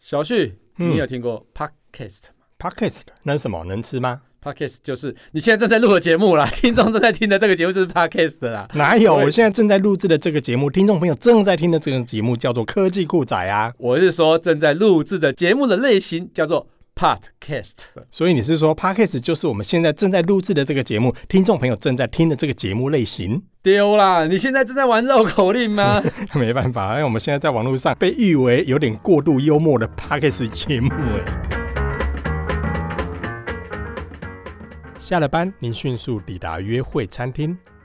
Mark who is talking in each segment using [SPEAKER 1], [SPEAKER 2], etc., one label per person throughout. [SPEAKER 1] 小旭，
[SPEAKER 2] 嗯
[SPEAKER 1] 你有听过 podcast 吗
[SPEAKER 2] Podcast 能什么能吃吗？
[SPEAKER 1] ？podcast 就是你现在正在录的节目啦， 听众正在听的这个节目就是 podcast 的啦。
[SPEAKER 2] 哪有？
[SPEAKER 1] 对
[SPEAKER 2] 我现在正在录制的这个节目，听众朋友正在听的这个节目叫做《科技酷仔》啊。
[SPEAKER 1] 我是说正在录制的节目的类型叫做 podcast。
[SPEAKER 2] 所以你是说 Podcast 就是我们现在正在录制的这个节目，听众朋友正在听的这个节目类型？
[SPEAKER 1] 丢啦！你现在正在玩绕口令吗？
[SPEAKER 2] 没办法，哎因为我们现在在网络上被誉为有点过度幽默的 Podcast 节目哎。下了班，您迅速抵达约会餐厅，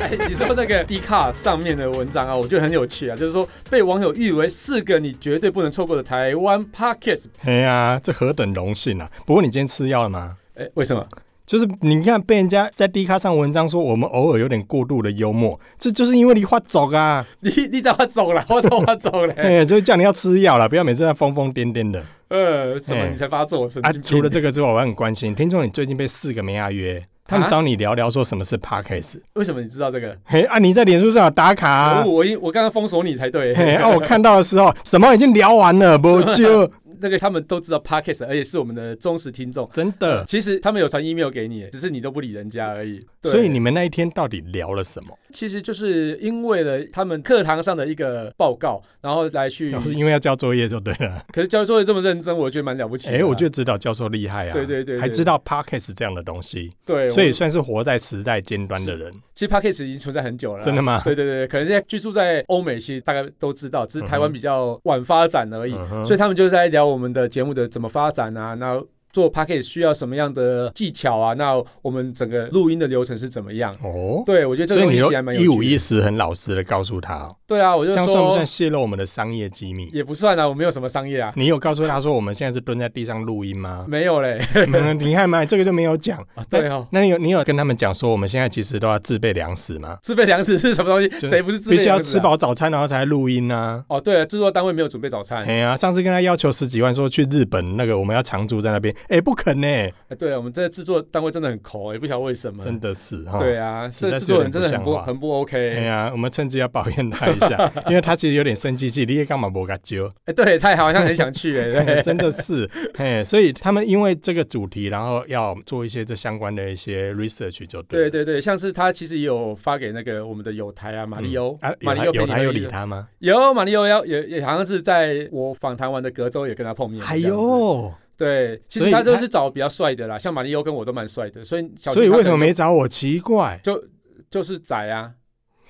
[SPEAKER 1] 哎你说那个 D 卡上面的文章啊，我觉得很有趣啊，就是说被网友誉为四个你绝对不能错过的台湾 podcast。
[SPEAKER 2] 哎呀，这何等荣幸啊！不过你今天吃药了吗？
[SPEAKER 1] 哎，为什么？
[SPEAKER 2] 就是你看被人家在 D 咖上文章说我们偶尔有点过度的幽默，这就是因为你话走啊，
[SPEAKER 1] 你你早我走了，我早我走
[SPEAKER 2] 哎、
[SPEAKER 1] 了。
[SPEAKER 2] 就是叫你要吃药了，不要每次在疯疯癫癫的
[SPEAKER 1] 呃，什么
[SPEAKER 2] 哎
[SPEAKER 1] 你才发作？神
[SPEAKER 2] 啊
[SPEAKER 1] 经。病
[SPEAKER 2] 除了这个之外，我很关心听众，你最近被四个妹啊约，他们
[SPEAKER 1] 啊
[SPEAKER 2] 找你聊聊说什么是 Parkes，
[SPEAKER 1] 为什么你知道这个？
[SPEAKER 2] 嘿啊，你在脸书上有打卡、啊
[SPEAKER 1] 哦，，我一我刚刚封锁你才对。
[SPEAKER 2] 嘿啊，我看到的时候什么已经聊完了，不就
[SPEAKER 1] 那个他们都知道 podcast，而且是我们的忠实听众。
[SPEAKER 2] 真的？
[SPEAKER 1] 其实他们有传 email 给你，只是你都不理人家而已。对
[SPEAKER 2] 所以你们那一天到底聊了什么？
[SPEAKER 1] 其实就是因为了他们课堂上的一个报告，然后来去。
[SPEAKER 2] 是哦因为要交作业就对了。
[SPEAKER 1] 可是教授也这么认真，我觉得蛮了不起的啊。
[SPEAKER 2] 哎、我就知道教授厉害啊，
[SPEAKER 1] 对对对对
[SPEAKER 2] 还知道 podcast 这样的东西，
[SPEAKER 1] 对，
[SPEAKER 2] 所以
[SPEAKER 1] 我
[SPEAKER 2] 算是活在时代尖端的人，
[SPEAKER 1] 其实 podcast 已经存在很久了。
[SPEAKER 2] 真的。吗？
[SPEAKER 1] 对对对，可能现在居住在欧美，其实大概都知道，只是台湾
[SPEAKER 2] 嗯哼
[SPEAKER 1] 比较晚发展而已。
[SPEAKER 2] 嗯哼
[SPEAKER 1] 所以他们就是在聊我们的节目的怎么发展啊，那做 p a c k a g e 需要什么样的技巧啊，那我们整个录音的流程是怎么样？
[SPEAKER 2] 哦，
[SPEAKER 1] 对，我觉得这
[SPEAKER 2] 所
[SPEAKER 1] 个东西
[SPEAKER 2] 以你又
[SPEAKER 1] 其实还蛮有
[SPEAKER 2] 一
[SPEAKER 1] 趣的
[SPEAKER 2] 五一十很老实的告诉他哦、
[SPEAKER 1] 对啊，我就
[SPEAKER 2] 这
[SPEAKER 1] 说
[SPEAKER 2] 样算不算泄露我们的商业机密？
[SPEAKER 1] 也不算啊，我没有什么商业 啊，
[SPEAKER 2] 你有告诉他说我们现在是蹲在地上录 音吗？
[SPEAKER 1] 没有嘞。
[SPEAKER 2] 嗯你看嘛，这个就没有讲。
[SPEAKER 1] 啊对哦，
[SPEAKER 2] 那你有你有跟他们讲说我们现在其实都要自备粮食吗？
[SPEAKER 1] 自备粮食是什么东
[SPEAKER 2] 就
[SPEAKER 1] 西？谁不是自备
[SPEAKER 2] 必须要
[SPEAKER 1] 粮食
[SPEAKER 2] 吃
[SPEAKER 1] 啊？
[SPEAKER 2] 饱早餐然后才录音呢、
[SPEAKER 1] 哦，对了，制作单位没有准备早餐。
[SPEAKER 2] 哎呀，上次跟他要求十几万，说去日本那个我们要常住在那边，哎、不肯呢、
[SPEAKER 1] 哎对啊，我们这个制作单位真的很抠，也不晓得为什么。
[SPEAKER 2] 真的是哈。
[SPEAKER 1] 对啊，这
[SPEAKER 2] 在
[SPEAKER 1] 个
[SPEAKER 2] 是
[SPEAKER 1] 制作人真的
[SPEAKER 2] 有
[SPEAKER 1] 很
[SPEAKER 2] 点不
[SPEAKER 1] 不
[SPEAKER 2] 像话
[SPEAKER 1] 很不 OK。
[SPEAKER 2] 哎 呀，我们趁机要抱怨他一下，因为他其实有点生气气，你也干嘛不给他揪？
[SPEAKER 1] 哎，对，他好像很想去哎， 对
[SPEAKER 2] 真的是，哎，所以他们因为这个主题，然后要做一些这相关的一些 research 就 对
[SPEAKER 1] 对对
[SPEAKER 2] 了。
[SPEAKER 1] 对，像是他其实也有发给那个我们的友台啊，马里欧、
[SPEAKER 2] 啊，
[SPEAKER 1] 马
[SPEAKER 2] 有
[SPEAKER 1] 里欧
[SPEAKER 2] 他
[SPEAKER 1] 陪
[SPEAKER 2] 有
[SPEAKER 1] 你
[SPEAKER 2] 他
[SPEAKER 1] 喝
[SPEAKER 2] 有
[SPEAKER 1] 一
[SPEAKER 2] 理
[SPEAKER 1] 个
[SPEAKER 2] 他吗？
[SPEAKER 1] 有马里欧要也也好像是在我访谈完的隔周也跟他碰面。
[SPEAKER 2] 哎
[SPEAKER 1] 这样子，
[SPEAKER 2] 呦，
[SPEAKER 1] 对，其
[SPEAKER 2] 所
[SPEAKER 1] 实
[SPEAKER 2] 以
[SPEAKER 1] 他都
[SPEAKER 2] 他
[SPEAKER 1] 是找比较帅的啦，像马里欧跟我都蛮帅的，所以小
[SPEAKER 2] 所以
[SPEAKER 1] 弟他
[SPEAKER 2] 为什么
[SPEAKER 1] 可能
[SPEAKER 2] 没找我？奇怪，
[SPEAKER 1] 就就就是窄 啊？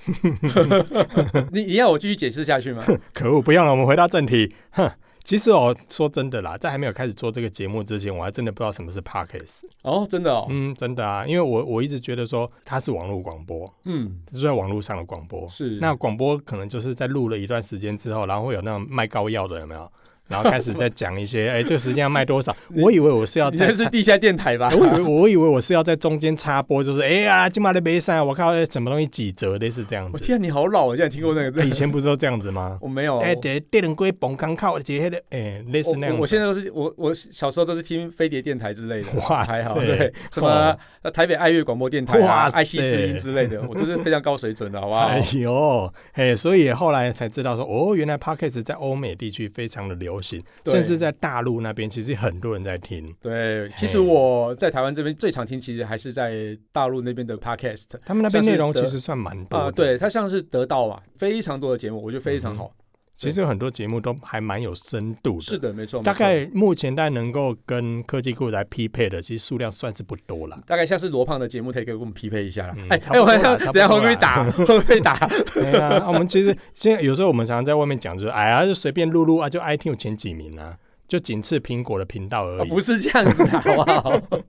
[SPEAKER 1] 你你要我继续解释下去吗？
[SPEAKER 2] 可恶，不要了，我们回到正题。哼，其实哦，说真的啦，在还没有开始做这个节目之前，我还真的不知道什么是 podcast。
[SPEAKER 1] 哦，真的哦，
[SPEAKER 2] 嗯，真的啊，因为我我一直觉得说它是网络广播，
[SPEAKER 1] 嗯，
[SPEAKER 2] 就是在网络上的广播。
[SPEAKER 1] 是
[SPEAKER 2] 那广播可能就是在录了一段时间之后，然后会有那种卖膏药的，有没有？然后开始在讲一 些，哎、这个时间要卖多少？我以为我是要
[SPEAKER 1] 你
[SPEAKER 2] 在
[SPEAKER 1] 那，是地下电 台吧？
[SPEAKER 2] 我以为我以为我是要在中间插播，就是哎呀，今晚的没上，我靠，哎什么东西几折，类似这样
[SPEAKER 1] 我
[SPEAKER 2] 子。
[SPEAKER 1] 天，啊你好老，我竟然听过那个？
[SPEAKER 2] 以，前不是都这样子吗
[SPEAKER 1] 我没有。
[SPEAKER 2] 哎，对，电人龟蹦刚靠，结黑的，哎，类似
[SPEAKER 1] 我
[SPEAKER 2] 那样
[SPEAKER 1] 我
[SPEAKER 2] 子。
[SPEAKER 1] 我现在都是我我小时候都是听飞碟电台之类的，
[SPEAKER 2] 哇塞
[SPEAKER 1] 还好对什么呃台北爱乐广播电台啊、
[SPEAKER 2] 哇塞
[SPEAKER 1] 爱惜之音之类的，我都是非常高水准的，好不好？
[SPEAKER 2] 哎呦，哎，所以后来才知道说，哦，原来 podcast 在欧美地区非常的流行，
[SPEAKER 1] 对
[SPEAKER 2] 甚至在大陆那边，其实很多人在听。
[SPEAKER 1] 对，其实
[SPEAKER 2] 嘿
[SPEAKER 1] 我在台湾这边最常听，其实还是在大陆那边的 podcast
[SPEAKER 2] 他们那边
[SPEAKER 1] 像是
[SPEAKER 2] 内容
[SPEAKER 1] 德
[SPEAKER 2] 其实算蛮多
[SPEAKER 1] 啊、
[SPEAKER 2] 的，嗯
[SPEAKER 1] 对，它像是得到啊，非常多的节目，我觉得非常好。
[SPEAKER 2] 其实有很多节目都还蛮有深度的。
[SPEAKER 1] 是的，没错，
[SPEAKER 2] 大
[SPEAKER 1] 没错。
[SPEAKER 2] 概目前大概能够跟科技股来匹配的，其实数量算是不多了
[SPEAKER 1] 大概像是罗胖的节目，可以给我们匹配一下啦
[SPEAKER 2] 嗯。
[SPEAKER 1] 哎
[SPEAKER 2] 差不
[SPEAKER 1] 哎，
[SPEAKER 2] 多
[SPEAKER 1] 我
[SPEAKER 2] 啦差不多啦
[SPEAKER 1] 等一下会不会被 打？会不会被打？
[SPEAKER 2] 对 啊，啊我们其实现在有时候我们常常在外面讲，就是哎呀，就随便录录啊，就 iTune 前几名啊，就仅次苹果的频道而
[SPEAKER 1] 啊
[SPEAKER 2] 已。
[SPEAKER 1] 不是这样子的，好不好？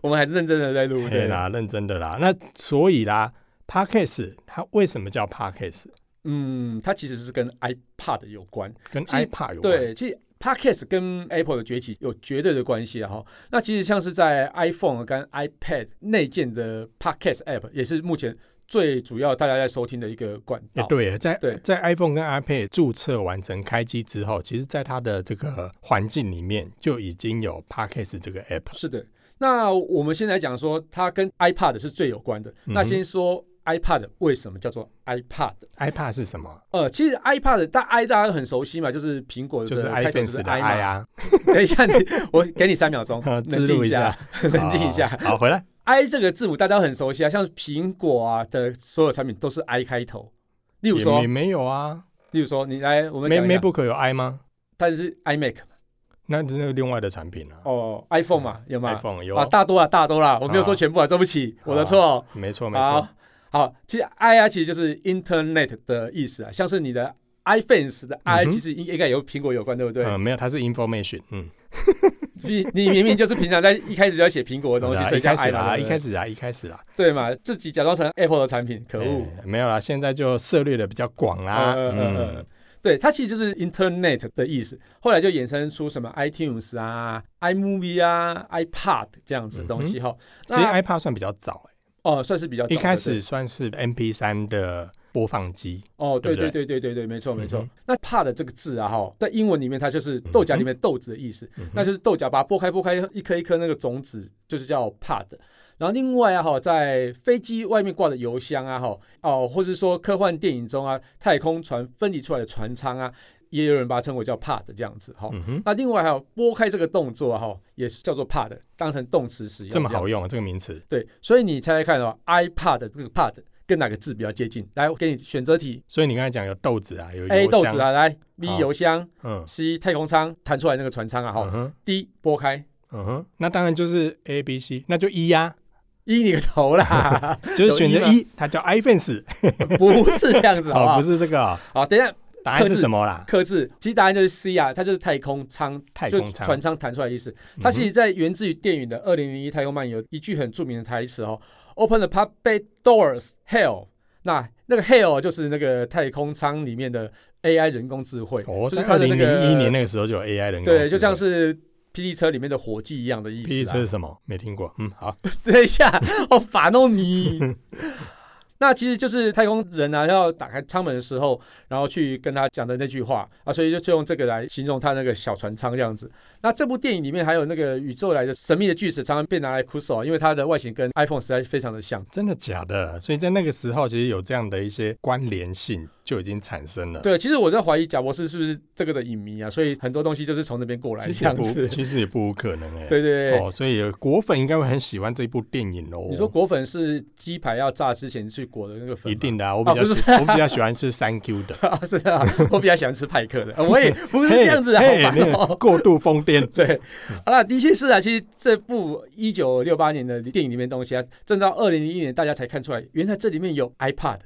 [SPEAKER 1] 我们还是认真的在录。
[SPEAKER 2] 对
[SPEAKER 1] 对
[SPEAKER 2] 啦，认真的啦。那所以啦 p a d k a s 它为什么叫 p a d k a s
[SPEAKER 1] 嗯，它其实是跟 iPad 有关。
[SPEAKER 2] 跟
[SPEAKER 1] 其实
[SPEAKER 2] iPad 有关。
[SPEAKER 1] 对，其实 Podcast 跟 Apple 的崛起有绝对的关系啊哈。那其实像是在 iPhone 跟 iPad 内建的 Podcast App 也是目前最主要大家在收听的一个管
[SPEAKER 2] 也
[SPEAKER 1] 道。
[SPEAKER 2] 哎对耶，在
[SPEAKER 1] 对
[SPEAKER 2] 在 iPhone 跟 iPad 注册完成开机之后，其实在它的这个环境里面就已经有 Podcast 这个 app。
[SPEAKER 1] 是的，那我们先来讲说它跟 iPad 是最有关的。
[SPEAKER 2] 嗯哼
[SPEAKER 1] 那先说 iPad 为什么叫做 iPad？
[SPEAKER 2] iPad 是什么？
[SPEAKER 1] 呃，其实 iPad 大 i 大家很熟悉嘛，就是苹果的
[SPEAKER 2] 就是
[SPEAKER 1] 开头
[SPEAKER 2] iPhone
[SPEAKER 1] 就是是
[SPEAKER 2] 的
[SPEAKER 1] i 嘛。
[SPEAKER 2] i 啊，，
[SPEAKER 1] 等一下你，我给你三秒钟冷
[SPEAKER 2] 记
[SPEAKER 1] 静
[SPEAKER 2] 录哦
[SPEAKER 1] 一下， 冷静一下。
[SPEAKER 2] 好，好回来。
[SPEAKER 1] i 这个字母大家都很熟悉啊，像苹果啊的所有产品都是 i 开头。例如
[SPEAKER 2] 也
[SPEAKER 1] 说
[SPEAKER 2] 也，没有啊
[SPEAKER 1] 例如说，你来我们
[SPEAKER 2] ，Mac
[SPEAKER 1] 讲一下，
[SPEAKER 2] MacBook 有 i 吗？
[SPEAKER 1] 但是 iMac 嘛
[SPEAKER 2] 那那个另外的产品啊
[SPEAKER 1] 哦，iPhone 嘛，有吗？
[SPEAKER 2] ，iPhone 有
[SPEAKER 1] 啊，，大多啦，大多啦，我没有说
[SPEAKER 2] 啊
[SPEAKER 1] 全部啊，对不起，我的
[SPEAKER 2] 啊
[SPEAKER 1] 错哦。
[SPEAKER 2] 没错没错
[SPEAKER 1] 好，好，其实 i 啊，其实就是 Internet 的意思啊，像是你的 iFans 的 i，、
[SPEAKER 2] 嗯哼
[SPEAKER 1] 其实应应该有苹果有关，对不对？
[SPEAKER 2] 嗯，没有，它是 information，嗯，
[SPEAKER 1] 你你明明就是平常在一开始就要写苹果 的东西，
[SPEAKER 2] 啦
[SPEAKER 1] 所
[SPEAKER 2] 啊一
[SPEAKER 1] 以叫
[SPEAKER 2] 开始
[SPEAKER 1] i 嘛，
[SPEAKER 2] 啦，一开
[SPEAKER 1] 始
[SPEAKER 2] 始啦，一开始啦，
[SPEAKER 1] 对嘛，自己假装成 Apple 的产品，可恶。
[SPEAKER 2] 哎没有啦，现在就涉猎的比较广啦，
[SPEAKER 1] 嗯嗯嗯
[SPEAKER 2] 嗯
[SPEAKER 1] 嗯，对，它其实就是 Internet 的意思，后来就衍生出什么 iTunes 啊、iMovie 啊、iPad 这样子的东西哈。
[SPEAKER 2] 其实
[SPEAKER 1] 那
[SPEAKER 2] iPad 算比较早，
[SPEAKER 1] 哦，算是比较早
[SPEAKER 2] 一开
[SPEAKER 1] 对
[SPEAKER 2] 始
[SPEAKER 1] 对
[SPEAKER 2] 算是 MP 三的播放机，
[SPEAKER 1] 哦，对
[SPEAKER 2] 对
[SPEAKER 1] 对
[SPEAKER 2] 不
[SPEAKER 1] 对对对对，没错没
[SPEAKER 2] 嗯
[SPEAKER 1] 错
[SPEAKER 2] 哼。嗯
[SPEAKER 1] 那 pad 这个字啊哈，在英文里面它就是豆荚里面豆子的意思。
[SPEAKER 2] 嗯哼
[SPEAKER 1] 那就是豆荚，把它剥开剥开一颗一颗那个种子，就是叫 pod。然后另外啊哈，在飞机外面挂的油箱啊哈哦，或是说科幻电影中啊，太空船分离出来的船舱啊，也有人把它称为叫 pod 这样子哈。
[SPEAKER 2] 嗯哼，
[SPEAKER 1] 那另外还有剥开这个动作啊哈、也是叫做 pad，当成动词使用。
[SPEAKER 2] 这么好
[SPEAKER 1] 样子？
[SPEAKER 2] 用啊这个名词，
[SPEAKER 1] 对，所以你猜猜看哦，iPad 这个 pad 跟哪个字比较接近？来，我给你选择题
[SPEAKER 2] 所以你刚才讲有豆子啊，有
[SPEAKER 1] ：A
[SPEAKER 2] 油
[SPEAKER 1] 豆子
[SPEAKER 2] 箱，
[SPEAKER 1] 啊，来；B
[SPEAKER 2] 好
[SPEAKER 1] 邮箱
[SPEAKER 2] 嗯，
[SPEAKER 1] ；C 太空舱弹出来那个船舱啊，哈、
[SPEAKER 2] 嗯哼，
[SPEAKER 1] d 剥开。
[SPEAKER 2] 嗯哼，那当然就是 A B C，那就一呀，
[SPEAKER 1] 一，E 你个头 啦！
[SPEAKER 2] 就是选择
[SPEAKER 1] 有一
[SPEAKER 2] 一，它叫 iPhone 四，
[SPEAKER 1] 不是这样子，好不
[SPEAKER 2] 哦，
[SPEAKER 1] 好？
[SPEAKER 2] 不是这个啊，
[SPEAKER 1] 好，等一下，
[SPEAKER 2] 答案
[SPEAKER 1] 克
[SPEAKER 2] 是
[SPEAKER 1] 制
[SPEAKER 2] 什么啦？
[SPEAKER 1] 克制。其实答案就是 C 啊，它就是太空舱，
[SPEAKER 2] 太
[SPEAKER 1] 就
[SPEAKER 2] 空舱
[SPEAKER 1] 船，舱弹出来的意思。它其
[SPEAKER 2] 嗯
[SPEAKER 1] 实在源自于电影的《二零零一太空漫游》一句很著名的台词哦，“Open the pub bay doors, hell”。那那个 hell 就是那个太空舱里面的 AI 人工智慧，
[SPEAKER 2] 哼哦，
[SPEAKER 1] 就是
[SPEAKER 2] 在
[SPEAKER 1] 它
[SPEAKER 2] 二
[SPEAKER 1] 的那
[SPEAKER 2] 零
[SPEAKER 1] 个
[SPEAKER 2] 零一年那个时候就有 AI 人工智慧，
[SPEAKER 1] 对，就像是。霹雳车里面的火计一样的意思啊
[SPEAKER 2] P E 车
[SPEAKER 1] 啦
[SPEAKER 2] 是。什么？没听过。嗯，好，
[SPEAKER 1] 等一下，哦，法弄你。 那其实就是太空人啊，要打开舱门的时候，然后去跟他讲的那句话啊，所以就就用这个来形容他那个小船舱这样子。那这部电影里面还有那个宇宙来的神秘的巨石，常常被拿来哭手啊，因为它的外形跟 iPhone 实在非常的像。
[SPEAKER 2] 真的假的？所以在那个时候，其实有这样的一些关联性就已经产生了。
[SPEAKER 1] 对，其实我在怀疑贾博士是不是这个的影迷啊，所以很多东西就是从那边过来
[SPEAKER 2] 其实
[SPEAKER 1] 这
[SPEAKER 2] 也
[SPEAKER 1] 样
[SPEAKER 2] 不
[SPEAKER 1] 子，。
[SPEAKER 2] 其实也不无可能哎、
[SPEAKER 1] 对对对。
[SPEAKER 2] 哦，所以果粉应该会很喜欢这部电影哦。
[SPEAKER 1] 你说果粉是鸡排要炸之前去裹的那个粉吗，哦
[SPEAKER 2] 一定的啊，我比较
[SPEAKER 1] 不是
[SPEAKER 2] 喜、 我比较喜欢吃 Thank you 的。
[SPEAKER 1] 啊， 是啊，我比较喜欢吃派克的，呃我 也不是这样子啊，好
[SPEAKER 2] 嘿嘿
[SPEAKER 1] 烦
[SPEAKER 2] 那
[SPEAKER 1] 哦。
[SPEAKER 2] 个。过度疯癫
[SPEAKER 1] 对，好了，的确是啊。其实这部一九六八年的电影里面的东西啊，正到二零零一年大家才看出来，原来这里面有 iPad、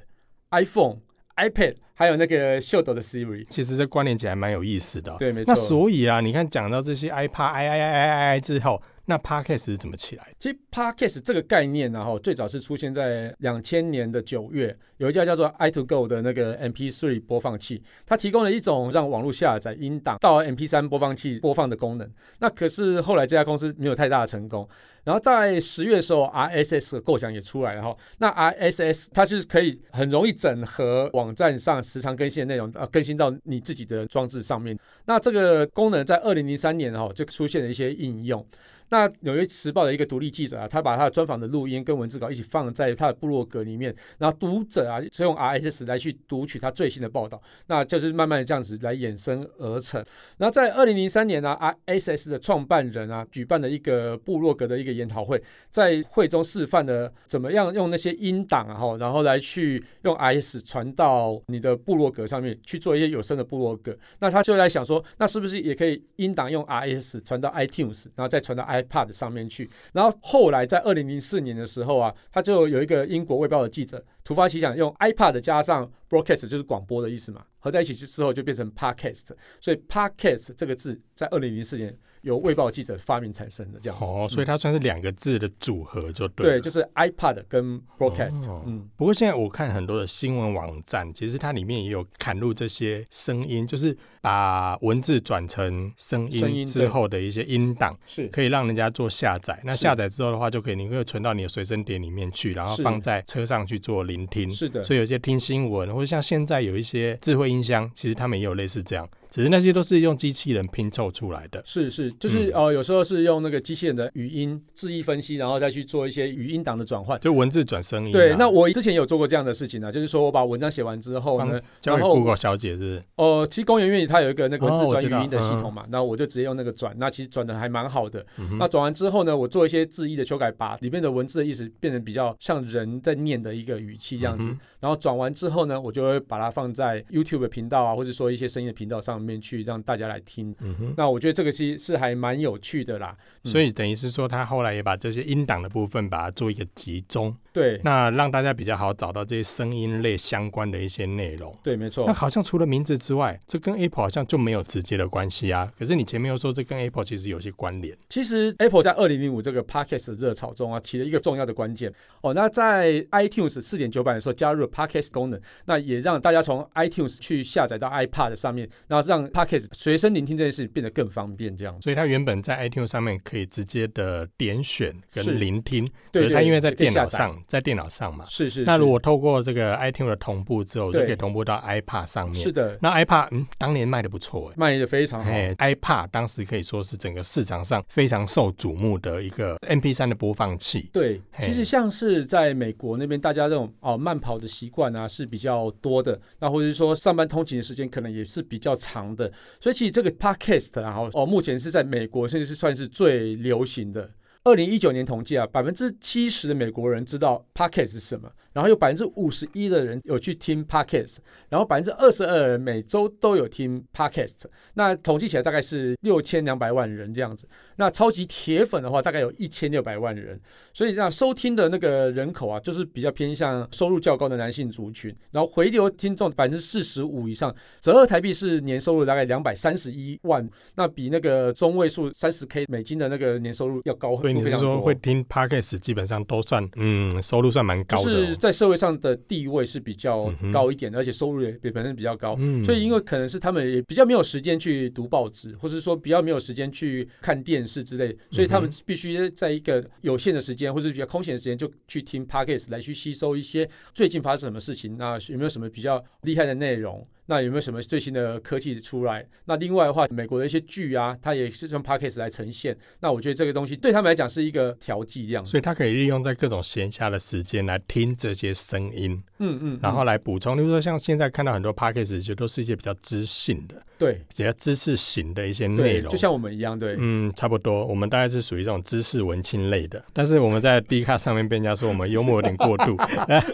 [SPEAKER 1] iPhone、iPad，还有那个秀斗的 Siri。
[SPEAKER 2] 其实这关联起来蛮有意思的哦、
[SPEAKER 1] 对，没
[SPEAKER 2] 那
[SPEAKER 1] 错。
[SPEAKER 2] 所以啊，你看讲到这些 iPad、i i i i i 之后，那 Podcast 是怎么起来的？
[SPEAKER 1] 其实 Podcast 这个概念呢，哈，最早是出现在两千年的九月，有一家叫做 i2go 的那个 MP3 播放器，它提供了一种让网络下载音档到 MP3 播放器播放的功能。那可是后来这家公司没有太大的成功。然后在十月的时候，RSS 的构想也出来了哈。那 RSS 它是可以很容易整合网站上时常更新的内容，呃，更新到你自己的装置上面。那这个功能在二零零三年哈就出现了一些应用。那《纽约时报》的一个独立记者啊，他把他的专访的录音跟文字稿一起放在他的部落格里面，然后读者啊是用 RSS 来去读取他最新的报道，那就是慢慢的这样子来衍生而成。然后在二零零三年呢、啊、，RSS 的创办人啊举办了一个部落格的一个研讨会，在会中示范了怎么样用那些音档啊，吼然后来去用 RS 传到你的部落格上面去做一些有声的部落格。那他就在想说，那是不是也可以音档用 RS 传到 iTunes，然后再传到 iPad 上面去？然后后来在二零零四年的时候啊，他就有一个英国卫报的记者突发奇想，用 iPad 加上 broadcast 就是广播的意思嘛，合在一起去之后就变成 podcast，所以 podcast 这个字在二零零四年由卫报记者发明产生的这样子。
[SPEAKER 2] 哦，所以它算是两个字的组合就对了。
[SPEAKER 1] 对，就是 iPad 跟 broadcast，、
[SPEAKER 2] 哦
[SPEAKER 1] 嗯，
[SPEAKER 2] 不过现在我看很多的新闻网站，其实它里面也有砍入这些声音，就是把文字转成声
[SPEAKER 1] 声
[SPEAKER 2] 音
[SPEAKER 1] 音
[SPEAKER 2] 之
[SPEAKER 1] 对
[SPEAKER 2] 后的一些音档，
[SPEAKER 1] 是
[SPEAKER 2] 可以让人家做下载。那
[SPEAKER 1] 是
[SPEAKER 2] 下载之后的话，就可以你可以存到你的随身碟里面去，然后
[SPEAKER 1] 是
[SPEAKER 2] 放在车上去做聆聆听。
[SPEAKER 1] 是的，
[SPEAKER 2] 所以有些听新闻，或者像现在有一些智慧音箱，其实他们也有类似这样，只是那些都是用机器人拼凑出来的。
[SPEAKER 1] 是是，就是、
[SPEAKER 2] 嗯
[SPEAKER 1] 呃，有时候是用那个机器人的语音字义分析，然后再去做一些语音档的转换。
[SPEAKER 2] 就文字转声音啊、
[SPEAKER 1] 对，那我之前有做过这样的事情呢、啊，就是说我把文章写完之后呢
[SPEAKER 2] 帮，交
[SPEAKER 1] 然
[SPEAKER 2] 给
[SPEAKER 1] 后
[SPEAKER 2] Google 小姐是不是？
[SPEAKER 1] 哦、其实工研院它有一个那个文字
[SPEAKER 2] 哦我
[SPEAKER 1] 转
[SPEAKER 2] 知道
[SPEAKER 1] 语音的系统嘛，那我就直接用那个转，那其实转的还蛮好的。
[SPEAKER 2] 嗯哼
[SPEAKER 1] 那转完之后呢，我做一些字义的修改，把里面的文字的意思变成比较像人在念的一个语气这样子。
[SPEAKER 2] 嗯哼
[SPEAKER 1] 然后转完之后呢，我就会把它放在 YouTube 的频道啊，或者说一些声音的频道上面去让大家来听。
[SPEAKER 2] 嗯哼。
[SPEAKER 1] 那我觉得这个其实是还蛮有趣的啦。嗯
[SPEAKER 2] 所以等于是说，他后来也把这些音档的部分，把它做一个集中，
[SPEAKER 1] 对
[SPEAKER 2] 那让大家比较好找到这些声音类相关的一些内容。
[SPEAKER 1] 对，没错
[SPEAKER 2] 那。好像除了名字之外，这跟 Apple 好像就没有直接的关系啊。可是你前面又说这跟 Apple 其实有些关联，
[SPEAKER 1] 其实 Apple 在二零零五这个 Podcast 的热潮中啊，起了一个重要的关键哦。那在 iTunes 四点九版的时候加入了 Podcast 功能，那也让大家从 iTunes 去下载到 iPad 上面，然后让 Podcast 随身聆听这件事变得更方便，这样。
[SPEAKER 2] 所以它原本在 iTunes 上面可以直接的点选
[SPEAKER 1] 是
[SPEAKER 2] 跟聆听，
[SPEAKER 1] 对
[SPEAKER 2] 可是它
[SPEAKER 1] 对
[SPEAKER 2] 因为在
[SPEAKER 1] 可以
[SPEAKER 2] 电脑
[SPEAKER 1] 下载
[SPEAKER 2] 上，在电脑上嘛。
[SPEAKER 1] 是是是。
[SPEAKER 2] 那如果透过这个 iTunes 的同步之后，就
[SPEAKER 1] 对
[SPEAKER 2] 可以同步到 iPad 上面。
[SPEAKER 1] 是哦的，
[SPEAKER 2] 那 iPad 嗯，当年卖的不错哎、
[SPEAKER 1] 卖的非常好。
[SPEAKER 2] 哎、i p a d 当时可以说是整个市场上非常受瞩目的一个 MP3 的播放器。
[SPEAKER 1] 对，
[SPEAKER 2] 嘿
[SPEAKER 1] 其实像是在美国那边，大家这种哦慢跑的习惯啊是比较多的，那或者是说上班通勤的时间可能也是比较长的，所以其实这个 podcast 然后哦目前是在美国甚至是算是最流行的。二零一九年统计啊，百分之七十的美国人知道 podcast 是什么，然后有百分之五十一的人有去听 podcast，然后百分之二十二人每周都有听 podcast，那统计起来大概是六千两百万人这样子。那超级铁粉的话，大概有一千六百万人。所以让收听的那个人口啊，就是比较偏向收入较高的男性族群，然后回流听众百分之四十五以上，折合台币是年收入大概两百三十一万，那比那个中位数三十 K 美金的那个年收入要高
[SPEAKER 2] 所以
[SPEAKER 1] 哦非
[SPEAKER 2] 你是
[SPEAKER 1] 常
[SPEAKER 2] 说会
[SPEAKER 1] 多。
[SPEAKER 2] 听 Podcast 基本上都算嗯收入算蛮
[SPEAKER 1] 就
[SPEAKER 2] 高的、
[SPEAKER 1] 是
[SPEAKER 2] 哦，
[SPEAKER 1] 在社会上的地位是比较
[SPEAKER 2] 嗯哼
[SPEAKER 1] 高一点，而且收入也比本身比较高，
[SPEAKER 2] 嗯
[SPEAKER 1] 所以因为可能是他们也比较没有时间去读报纸，或是说比较没有时间去看电视之类，所以他们
[SPEAKER 2] 嗯
[SPEAKER 1] 必须在一个有限的时间或者比较空闲的时间，就去听 podcast 来去吸收一些最近发生什么事情，那有没有什么比较厉害的内容。那有没有什么最新的科技出来？那另外的话，美国的一些剧啊，它也是用 podcast 来呈现。那我觉得这个东西对他们来讲是一个调剂，这样子。
[SPEAKER 2] 所以它可以利用在各种闲暇的时间来听这些声音，
[SPEAKER 1] 嗯嗯，
[SPEAKER 2] 然后
[SPEAKER 1] 嗯
[SPEAKER 2] 来补充。例如说，像现在看到很多 Podcast 就都是一些比较知性的、
[SPEAKER 1] 对
[SPEAKER 2] 比较知识型的一些内
[SPEAKER 1] 对，
[SPEAKER 2] 容
[SPEAKER 1] 就。像我们一样，对，
[SPEAKER 2] 嗯，差不多，我们大概是属于这种知识文青类的，但是我们在 D 卡上面被人家说我们幽默有点过度。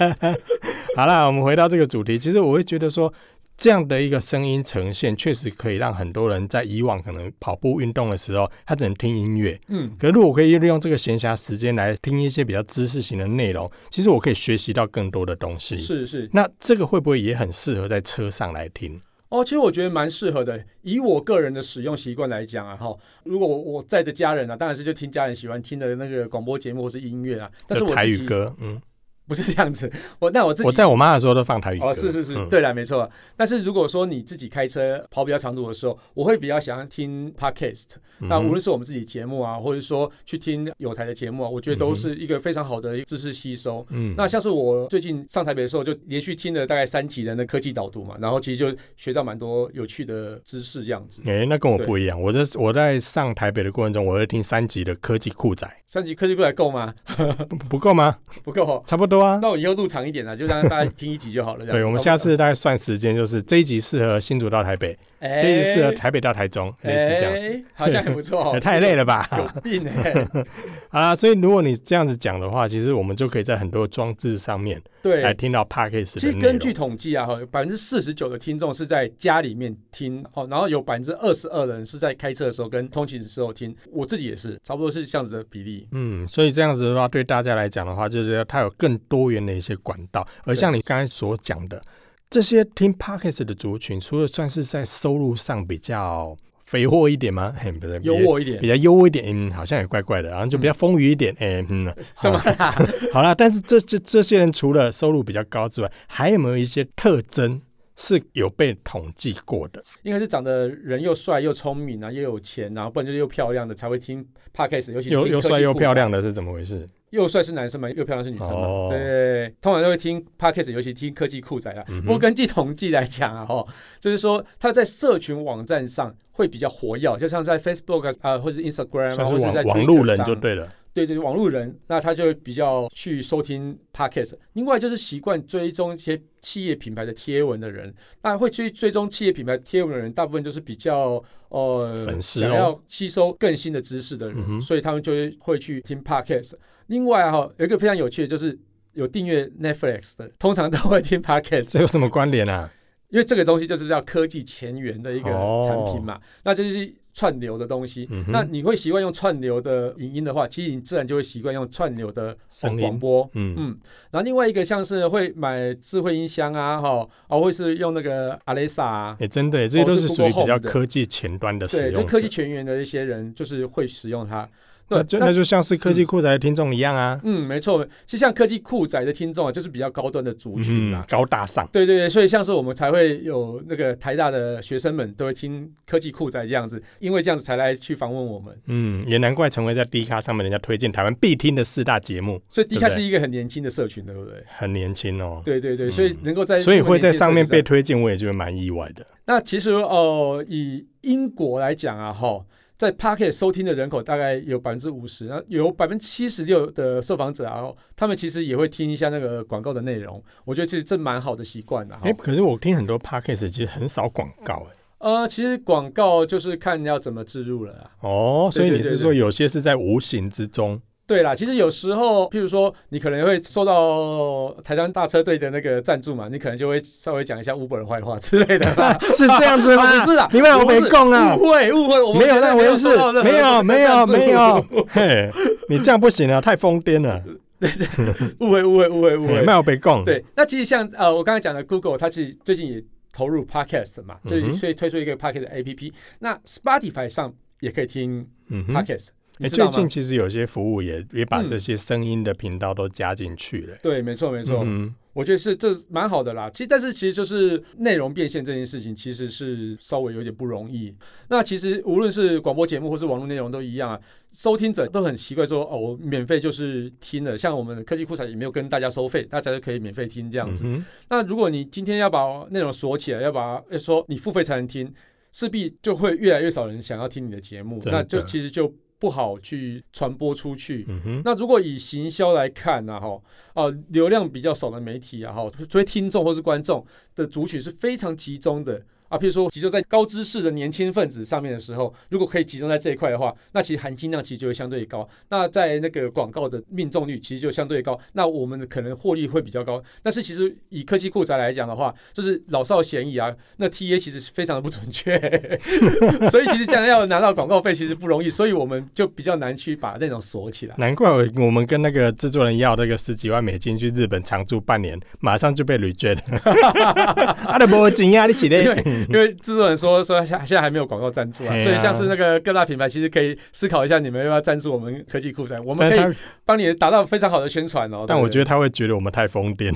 [SPEAKER 2] 好啦，我们回到这个主题，其实我会觉得说，这样的一个声音呈现，确实可以让很多人在以往可能跑步运动的时候，他只能听音乐，
[SPEAKER 1] 嗯，
[SPEAKER 2] 可是如果可以利用这个闲暇时间来听一些比较知识型的内容，其实我可以学习到更多的东西。
[SPEAKER 1] 嗯是是。
[SPEAKER 2] 那这个会不会也很适合在车上来听？
[SPEAKER 1] 哦，其实我觉得蛮适合的。以我个人的使用习惯来讲啊，哈，如果我我载着家人啊，当然是就听家人喜欢听的那个广播节目或是音乐啊。但是
[SPEAKER 2] 就
[SPEAKER 1] 我
[SPEAKER 2] 台
[SPEAKER 1] 自
[SPEAKER 2] 语
[SPEAKER 1] 己
[SPEAKER 2] 歌，嗯，
[SPEAKER 1] 不是这样子， 我那我自己
[SPEAKER 2] 我在我妈的时候都放台语歌。
[SPEAKER 1] 哦，是是是，
[SPEAKER 2] 嗯
[SPEAKER 1] 对了，没错。啊但是如果说你自己开车跑比较长途的时候，我会比较想要听 podcast。那
[SPEAKER 2] 嗯
[SPEAKER 1] 无论是我们自己节目啊，或者说去听有台的节目啊，我觉得都是一个非常好的一个知识吸收。
[SPEAKER 2] 嗯
[SPEAKER 1] 那像是我最近上台北的时候，就连续听了大概三集的那科技导读嘛，然后其实就学到蛮多有趣的知识这样子。
[SPEAKER 2] 哎、那跟我不一样。我在我在上台北的过程中，我会听三集的科技酷仔，
[SPEAKER 1] 三集科技过来够吗？
[SPEAKER 2] 不不够吗？
[SPEAKER 1] 不够哦，
[SPEAKER 2] 差不多啊。
[SPEAKER 1] 那我以后录长一点啊，就让大家听一集就 好了。这样
[SPEAKER 2] 对，我们下次大概算时间，就是这一集适合新竹到台北，
[SPEAKER 1] 哎
[SPEAKER 2] 这一集适合台北到台中，类似这样。
[SPEAKER 1] 哎好像很不错哦。
[SPEAKER 2] 太累了吧？
[SPEAKER 1] 有病 哎！
[SPEAKER 2] 好啦，所以如果你这样子讲的话，其实我们就可以在很多装置上面来
[SPEAKER 1] 对。
[SPEAKER 2] 听到 podcast
[SPEAKER 1] 其
[SPEAKER 2] 的
[SPEAKER 1] 实
[SPEAKER 2] 内
[SPEAKER 1] 根
[SPEAKER 2] 容
[SPEAKER 1] 据统计啊，哈，百分之四十九的听众是在家里面听哦，然后有百分之二十二的人是在开车的时候跟通勤的时候听。我自己也是，差不多是这样子的比例。
[SPEAKER 2] 嗯，所以这样子的话，对大家来讲的话，就是它有更多元的一些管道。而像你刚才所讲的，这些听 podcast 的族群，除了算是在收入上比较肥沃一点吗？嘿，不是，
[SPEAKER 1] 有
[SPEAKER 2] 比较
[SPEAKER 1] 我一点
[SPEAKER 2] 比较优渥一点，嗯，好像也怪怪的，然后就比较丰腴一点，哎、嗯，
[SPEAKER 1] 什么啦？
[SPEAKER 2] 好啦，但是这这这些人除了收入比较高之外，还有没有一些特征是有被统计过的？
[SPEAKER 1] 应该是长得人又帅又聪明啊，又有钱啊，不然就是又漂亮的才会听 podcast，尤其是
[SPEAKER 2] 又
[SPEAKER 1] 听
[SPEAKER 2] 又
[SPEAKER 1] 科技
[SPEAKER 2] 帅又
[SPEAKER 1] 酷宅
[SPEAKER 2] 漂亮的是怎么回事？
[SPEAKER 1] 又帅是男生嘛，又漂亮是女生嘛，
[SPEAKER 2] 哦
[SPEAKER 1] 对，通常都会听 podcast，尤其听科技酷仔啦。
[SPEAKER 2] 嗯哼
[SPEAKER 1] 不过根据统计来讲啊，哈，就是说他在社群网站上会比较活跃，就像在 Facebook 啊、呃或者是 Instagram 啊，
[SPEAKER 2] 算
[SPEAKER 1] 或者
[SPEAKER 2] 是
[SPEAKER 1] 是在
[SPEAKER 2] 网网路
[SPEAKER 1] Twitter
[SPEAKER 2] 人
[SPEAKER 1] 上
[SPEAKER 2] 就对了。
[SPEAKER 1] 对对，网路人，那他就会比较去收听 podcast。另外就是习惯追踪一些企业品牌的贴文的人，那会去追踪企业品牌贴文的人，大部分就是比较呃
[SPEAKER 2] 粉丝哦
[SPEAKER 1] 想要吸收更新的知识的人，
[SPEAKER 2] 嗯哼
[SPEAKER 1] 所以他们就会会去听 podcast。另外哈、有一个非常有趣的就是。有订阅 Netflix 的，通常都会听 podcast，
[SPEAKER 2] 这有什么关联啊？
[SPEAKER 1] 因为这个东西就是叫科技前沿的一个产品
[SPEAKER 2] 哦
[SPEAKER 1] 嘛，那就是串流的东西。
[SPEAKER 2] 嗯
[SPEAKER 1] 那
[SPEAKER 2] 哼，
[SPEAKER 1] 你会习惯用串流的影音的话，其实你自然就会习惯用串流的
[SPEAKER 2] 声
[SPEAKER 1] 广
[SPEAKER 2] 音，
[SPEAKER 1] 播。
[SPEAKER 2] 嗯，
[SPEAKER 1] 嗯，然后另外一个像是会买智慧音箱啊，哈，哦，或是用那个 Alexa 啊，
[SPEAKER 2] 哎，真的耶，这些都是
[SPEAKER 1] 是
[SPEAKER 2] 属于
[SPEAKER 1] Google
[SPEAKER 2] 比较
[SPEAKER 1] Home 的
[SPEAKER 2] 科技前端的使
[SPEAKER 1] 对，就
[SPEAKER 2] 用
[SPEAKER 1] 科技
[SPEAKER 2] 者。
[SPEAKER 1] 全员的一些人就是会使用它。对
[SPEAKER 2] 那，就那就嗯像是科技酷宅的听众一样啊，
[SPEAKER 1] 嗯，没错，其实像科技酷宅的听众啊，就是比较高端的族群
[SPEAKER 2] 嗯
[SPEAKER 1] 啦、，
[SPEAKER 2] 高大上。
[SPEAKER 1] 对对对，所以像是我们才会有那个台大的学生们都会听科技酷宅这样子，因为这样子才来去访问我们。
[SPEAKER 2] 嗯，也难怪成为在 D 咖上面人家推荐台湾必听的四大节目，
[SPEAKER 1] 所以 D
[SPEAKER 2] 对不
[SPEAKER 1] 开
[SPEAKER 2] 对
[SPEAKER 1] 是一个很年轻的社群，对不对？
[SPEAKER 2] 很年轻哦。
[SPEAKER 1] 对对对，所以能够在
[SPEAKER 2] 所以会在上面
[SPEAKER 1] 被。
[SPEAKER 2] 被推荐，我也觉得蛮意外的。
[SPEAKER 1] 那其实哦，呃以英国来讲啊，哈，在 Pocket 收听的人口大概有百分之五十，那有百分之七十六的受访者啊，齁他们其实也会听一下那个广告的内容。我觉得其实这蛮好的习惯的、啊。
[SPEAKER 2] 哎、可是我听很多 podcast 其实很少广告、哎。
[SPEAKER 1] 呃，其实广告就是看要怎么植入了啊。
[SPEAKER 2] 哦，所以
[SPEAKER 1] 对
[SPEAKER 2] 你
[SPEAKER 1] 对
[SPEAKER 2] 是
[SPEAKER 1] 对
[SPEAKER 2] 说有些是在无形之中，
[SPEAKER 1] 对啦，其实有时候，譬如说，你可能会受到台湾大车队的那个赞助嘛，你可能就会稍微讲一下 Uber 的坏话之类的 吧。
[SPEAKER 2] 是这样子吗？
[SPEAKER 1] 啊不是啦，
[SPEAKER 2] 你们我
[SPEAKER 1] 不是
[SPEAKER 2] 没供啊
[SPEAKER 1] 误，会误会，我们
[SPEAKER 2] 没有
[SPEAKER 1] 绝对
[SPEAKER 2] 那回事
[SPEAKER 1] 受到，任何
[SPEAKER 2] 没有
[SPEAKER 1] 的
[SPEAKER 2] 没有
[SPEAKER 1] 赞助
[SPEAKER 2] 没有， 嘿，你这样不行啊，太疯癫了，
[SPEAKER 1] 误会误会误会误
[SPEAKER 2] 嘿
[SPEAKER 1] 会
[SPEAKER 2] 没。有被供，
[SPEAKER 1] 对，那其实像呃，我刚才讲的 Google，它其实最近也投入 Podcast 嘛，就
[SPEAKER 2] 嗯
[SPEAKER 1] 是
[SPEAKER 2] 哼
[SPEAKER 1] 所以推出一个 Podcast APP。那 Spotify 上也可以听
[SPEAKER 2] 嗯哼，
[SPEAKER 1] Podcast，、
[SPEAKER 2] 哎，
[SPEAKER 1] 你知道
[SPEAKER 2] 最
[SPEAKER 1] 吗？
[SPEAKER 2] 近其实有些服务也也把
[SPEAKER 1] 嗯
[SPEAKER 2] 这些声音的频道都加进去了，
[SPEAKER 1] 对，没错没错，
[SPEAKER 2] 嗯
[SPEAKER 1] 我觉得是这蛮好的啦。其实，但是其实就是内容变现这件事情，其实是稍微有点不容易。那其实无论是广播节目或是网络内容都一样啊，收听者都很奇怪说哦，我免费就是听了，像我们科技库彩也没有跟大家收费，大家就可以免费听这
[SPEAKER 2] 这
[SPEAKER 1] 样子。
[SPEAKER 2] 嗯
[SPEAKER 1] 那如果你今天要把内容锁起来，要把要说你付费才能听，势必就会越来越少人想要听你的节目，
[SPEAKER 2] 真的
[SPEAKER 1] 那就其实就不好去传播出去。
[SPEAKER 2] 哼嗯哼，
[SPEAKER 1] 那如果以行销来看呢、啊，哈，哦，流量比较少的媒体啊，哈，所以听众或是观众的族群是非常集中的啊。譬如说集中在高知识的年轻分子上面的时候，如果可以集中在这一块的话，那其实含金量其实就会相对高。那在那个广告的命中率其实就相对高，那我们可能获利会比较高。但是其实以科技库宅来讲的话，就是老少咸宜啊。那 TA 其实是非常的不准确， 所以其实这样要拿到广告费其实不容易，所以我们就比较难去把内容锁起来。
[SPEAKER 2] 难怪我我们跟那个制作人要那个十几万美金去日本常住半年，马上就被 reject，啊，都没钱啊，你起
[SPEAKER 1] 因
[SPEAKER 2] 来，
[SPEAKER 1] 为 因为制作人说说现现在还没有广告赞助
[SPEAKER 2] 嘿
[SPEAKER 1] 啊，
[SPEAKER 2] 啊
[SPEAKER 1] 所以像是那个各大品牌其实可以思考一下，你们要不要赞助我们科技酷宅，我们
[SPEAKER 2] 但
[SPEAKER 1] 可
[SPEAKER 2] 是
[SPEAKER 1] 以
[SPEAKER 2] 他
[SPEAKER 1] 帮你达到非常好的宣传哦。
[SPEAKER 2] 但我觉
[SPEAKER 1] 得
[SPEAKER 2] 得他会觉得我们太疯癫，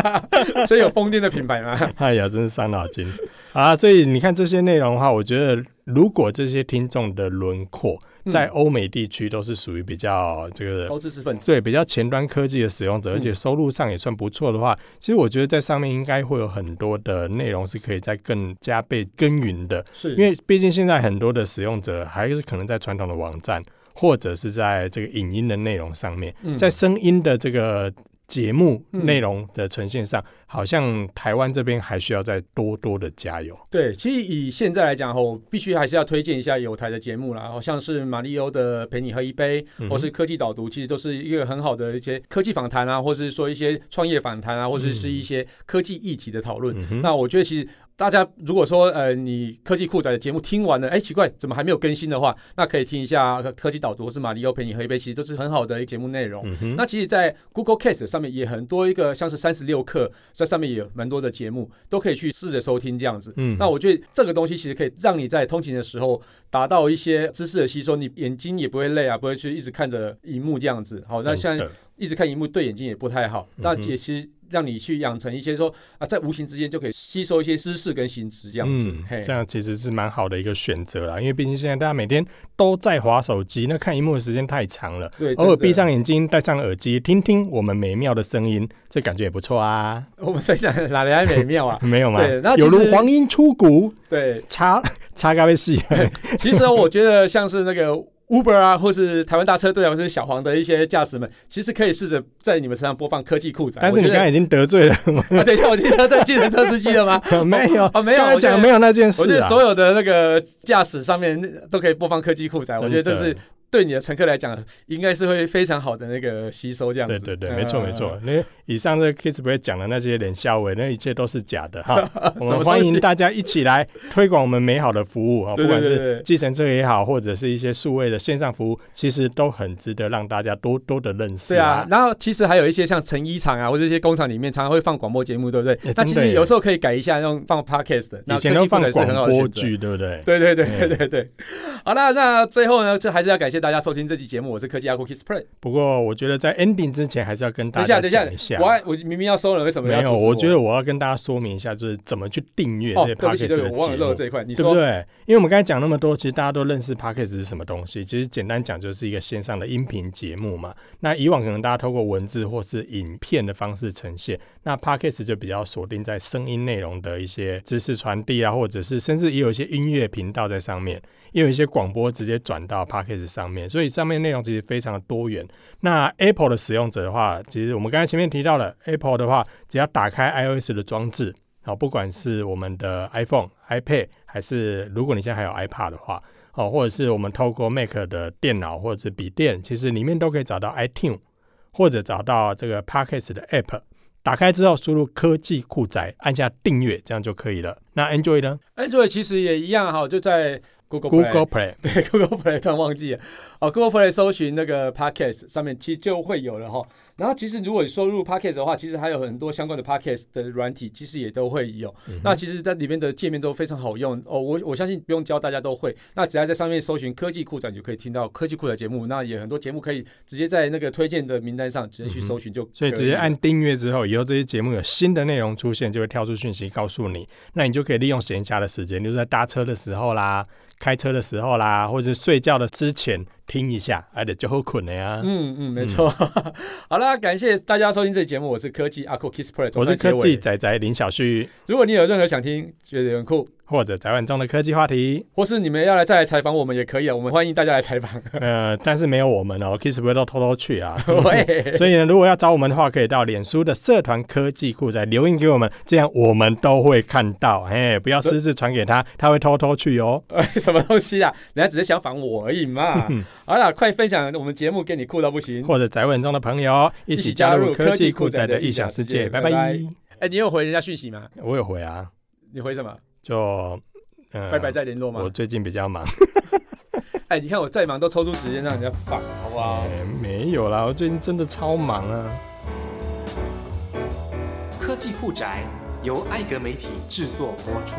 [SPEAKER 1] 所以有疯癫的品牌嘛，
[SPEAKER 2] 哎呀，真是伤脑筋啊！所以你看这些内容的话，我觉得如果这些听众的轮廓在欧美地区都是属于比较
[SPEAKER 1] 嗯
[SPEAKER 2] 这 个。
[SPEAKER 1] 高知识分子，
[SPEAKER 2] 对，比较前端科技的使用者，而且
[SPEAKER 1] 嗯
[SPEAKER 2] 收入上也算不错的话，其实我觉得在上面应该会有很多的内容是可以再更加被耕耘的，
[SPEAKER 1] 是
[SPEAKER 2] 因为毕竟现在很多的使用者还是可能在传统的网站或者是在这个影音的内容上面，
[SPEAKER 1] 嗯
[SPEAKER 2] 在声音的这个节目
[SPEAKER 1] 嗯
[SPEAKER 2] 内容的呈现上，好像台湾这边还需要再多多的加油。
[SPEAKER 1] 对，其实以现在来讲哈，我必须还是要推荐一下有台的节目啦，好像是马里欧的《陪你喝一杯》，
[SPEAKER 2] 嗯
[SPEAKER 1] 或是科技导读，其实都是一个很好的一些科技访谈啊，或是说一些创业访谈啊，或者是一些科技议题的讨论。
[SPEAKER 2] 嗯哼
[SPEAKER 1] 那我觉得其实大家如果说呃你科技酷仔的节目听完了，哎奇怪怎么还没有更新的话，那可以听一下呃科技导读或是马里欧陪你喝一杯，其实都是很好的一个节目内容。
[SPEAKER 2] 嗯哼
[SPEAKER 1] 那其实，在 Google Cast 上面也很多一个像是三十六课，在上面也有蛮多的节目，都可以去试着收听这样子。
[SPEAKER 2] 嗯
[SPEAKER 1] 那我觉得这个东西其实可以让你在通勤的时候达到一些知识的吸收，你眼睛也不会累啊，不会去一直看着荧幕这样子。好，那
[SPEAKER 2] 真
[SPEAKER 1] 像
[SPEAKER 2] 的
[SPEAKER 1] 一直看荧幕对眼睛也不太好。
[SPEAKER 2] 嗯哼
[SPEAKER 1] 那也其实让你去养成一些说啊，在无形之间就可以吸收一些知识跟薪资这样子。嘿
[SPEAKER 2] 嗯这样其实是蛮好的一个选择啦，因为毕竟现在大家每天都在划手机，那看荧幕的时间太长了，
[SPEAKER 1] 对，
[SPEAKER 2] 偶
[SPEAKER 1] 真
[SPEAKER 2] 尔
[SPEAKER 1] 的
[SPEAKER 2] 闭上眼睛，戴上耳机，听听我们美妙的声音，这感觉也不错啊，？
[SPEAKER 1] 我们身上哪来美妙啊
[SPEAKER 2] 没有吗？
[SPEAKER 1] 对那其
[SPEAKER 2] 有
[SPEAKER 1] 实
[SPEAKER 2] 如黄莺出谷，
[SPEAKER 1] 对，
[SPEAKER 2] 茶茶咖啡戏，
[SPEAKER 1] 其实我觉得像是那个 Uber 啊，或是台湾大车队啊，或是小黄的一些驾驶们，其实可以试着在你们身上播放科技酷宅。
[SPEAKER 2] 但是你
[SPEAKER 1] 我觉得
[SPEAKER 2] 刚才已经得罪了，
[SPEAKER 1] 啊，等一下，我记得对计程车司机了吗？
[SPEAKER 2] 没有。
[SPEAKER 1] 啊， 没有，
[SPEAKER 2] 刚才
[SPEAKER 1] 我觉
[SPEAKER 2] 讲
[SPEAKER 1] 得
[SPEAKER 2] 没有那件 事
[SPEAKER 1] 我觉得
[SPEAKER 2] 啊，
[SPEAKER 1] 所有的那个驾驶上面都可以播放科技酷宅，我觉得这
[SPEAKER 2] 真的
[SPEAKER 1] 是对你的乘客来讲，应该是会非常好的那个吸收这样子。
[SPEAKER 2] 对对
[SPEAKER 1] 嗯
[SPEAKER 2] 对，没错没错。。那以上这 Kiss Play 讲的那些冷笑话，那一切都是假 的哈。我
[SPEAKER 1] 什
[SPEAKER 2] 们
[SPEAKER 1] 么
[SPEAKER 2] 欢
[SPEAKER 1] 东
[SPEAKER 2] 迎
[SPEAKER 1] 西
[SPEAKER 2] 大家一起来推广我们美好的服务啊，
[SPEAKER 1] 对
[SPEAKER 2] 不
[SPEAKER 1] 对
[SPEAKER 2] 管
[SPEAKER 1] 对
[SPEAKER 2] 是
[SPEAKER 1] 对，
[SPEAKER 2] 计程车也好，或者是一些数位的线上服务，其实都很值得让大家多多的认识
[SPEAKER 1] 对啊，。然后其实还有一些像成衣厂啊，或者一些工厂里面常常会放广播节目，对不对
[SPEAKER 2] 欸？
[SPEAKER 1] 那
[SPEAKER 2] 真
[SPEAKER 1] 其
[SPEAKER 2] 的
[SPEAKER 1] 实
[SPEAKER 2] 耶
[SPEAKER 1] 有时候可以改一下，用放 podcast 的。那
[SPEAKER 2] 以前
[SPEAKER 1] 科
[SPEAKER 2] 都
[SPEAKER 1] 技
[SPEAKER 2] 放
[SPEAKER 1] 酷宅是很
[SPEAKER 2] 广
[SPEAKER 1] 好的选
[SPEAKER 2] 播
[SPEAKER 1] 择。
[SPEAKER 2] 剧，对哎不对？
[SPEAKER 1] 对对对对对对，好啦，那最后呢，就还是要感谢大家收听这期节目，我是科技阿酷 Kiss Play。
[SPEAKER 2] 不过我觉得在 ending 之前，还是要跟大
[SPEAKER 1] 等一下
[SPEAKER 2] 家
[SPEAKER 1] 等一下
[SPEAKER 2] 讲一下
[SPEAKER 1] 我。还我明明要收了，为什么
[SPEAKER 2] 没
[SPEAKER 1] 要阻
[SPEAKER 2] 有，
[SPEAKER 1] 止
[SPEAKER 2] 我觉得我要跟大家说明一下，就是怎么去订阅
[SPEAKER 1] 哦，
[SPEAKER 2] 这些
[SPEAKER 1] 对
[SPEAKER 2] p o
[SPEAKER 1] 不起，
[SPEAKER 2] c k e t
[SPEAKER 1] 对
[SPEAKER 2] 的
[SPEAKER 1] 不起，我忘了
[SPEAKER 2] 节
[SPEAKER 1] 漏
[SPEAKER 2] 目
[SPEAKER 1] 了。这一块，你
[SPEAKER 2] 对
[SPEAKER 1] 说
[SPEAKER 2] 不对？因为我们刚才讲那么多，其实大家都认识 Podcast 是什么东西。其实简单讲，就是一个线上的音频节目嘛。那以往可能大家透过文字或是影片的方式呈现，那 Podcast 就比较锁定在声音内容的一些知识传递啊，或者是甚至也有一些音乐频道在上面，也有一些广播直接转到 Podcast 上面，所以上面内容其实非常的多元。那 Apple 的使用者的话，其实我们刚才前面提到了 Apple 的话，只要打开 iOS 的装置，好，不管是我们的 iPhone、iPad，还是如果你现在还有 iPad 的话，哦，或者是我们透过 Mac 的电脑或者是笔电，其实里面都可以找到 iTune，或者找到这个 Podcast 的 App。打开之后，输入“科技酷宅”，按下订阅，这样就可以了。那 Android 呢
[SPEAKER 1] Android 其实也一样哈，就在 Google Play
[SPEAKER 2] ？Google Play，
[SPEAKER 1] 对 Google Play 突然忘记了哦，Google Play 搜寻那个 Podcast 上面其实就会有了哈。然后其实如果你输入 Podcast 的话，其实还有很多相关的 Podcast 的软体，其实也都会有。
[SPEAKER 2] 嗯
[SPEAKER 1] 那其实它里面的界面都非常好用哦，我我相信不用教大家都会。那只要在上面搜寻科技库长，你就可以听到科技库的节目。那也很多节目可以直接在那个推荐的名单上直接去搜寻就可
[SPEAKER 2] 嗯所以直接
[SPEAKER 1] 了
[SPEAKER 2] 按订阅之后，以后这些节目有新的内容出现，就会跳出讯息告诉你。那你就可以利用闲暇的时间，就是在搭车的时候啦、开车的时候啦，或者是睡觉的之前听一下，哎，就好困了呀。
[SPEAKER 1] 嗯嗯，没错。 好啦，感谢大家收听这期节目，我是科技阿酷 Kiss Play，总
[SPEAKER 2] 我是
[SPEAKER 1] 算
[SPEAKER 2] 科
[SPEAKER 1] 结尾
[SPEAKER 2] 技。仔仔林小旭，
[SPEAKER 1] 如果你有任何想听，觉得很酷，
[SPEAKER 2] 或者宅晚中的科技话 题，
[SPEAKER 1] 或是你们要来再来采访我们也可以啊，我们欢迎大家来采访。
[SPEAKER 2] 呃，但是没有我们哦，Kiss 不会都偷偷去啊。
[SPEAKER 1] 喂，
[SPEAKER 2] 所以呢，如果要找我们的话，可以到脸书的社团科技库仔留言给我们，这样我们都会看到。哎，不要私自传给他，他会偷偷去哦。
[SPEAKER 1] 什么东西啊？人家只是想访我而已嘛
[SPEAKER 2] 嗯。
[SPEAKER 1] 好啦，快分享我们节目给你酷到不 行。
[SPEAKER 2] 或者宅稳中的朋友一起加入科技酷宅的异想世界。拜拜！
[SPEAKER 1] 拜哎，你有回人家讯息吗？
[SPEAKER 2] 我有回啊，
[SPEAKER 1] 你回什么？
[SPEAKER 2] 就呃，
[SPEAKER 1] 拜拜，再联络
[SPEAKER 2] 我
[SPEAKER 1] 吗？
[SPEAKER 2] 最近比较忙，
[SPEAKER 1] 哎，你看我再忙都抽出时间让人家访，好不好？
[SPEAKER 2] 哎没有啦，我最近真的超忙啊。
[SPEAKER 3] 科技酷宅由艾格媒体制作播出。